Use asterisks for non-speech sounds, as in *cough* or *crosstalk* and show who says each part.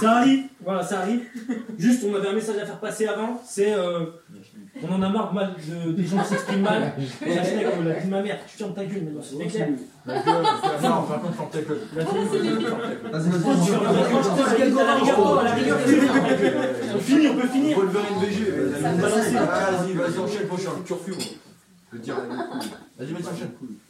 Speaker 1: Ça arrive, voilà, ça arrive. Juste, on avait un message à faire passer avant, c'est euh, on en a marre mal de- des gens qui s'expriment mal. Et la Schneck, on l'a dit ma mère, tu fermes ta gueule, maintenant, c'est clair.
Speaker 2: La gueule, c'est la norme, par contre, ferme ta gueule. *laughs*
Speaker 1: La télé,
Speaker 3: Vas-y, vas-y,
Speaker 1: tu fermes ta gueule. Moi, je te la gueule, à la rigueur, à la rigueur, tu fermes ta gueule. On finit, on peut finir.
Speaker 2: Wolverine VG, vas-y,
Speaker 3: vas-y,
Speaker 2: vas-y, vas-y, enchaîne, prochain. Turfu, moi. Je veux dire, vas-y, vas-y, enchaîne.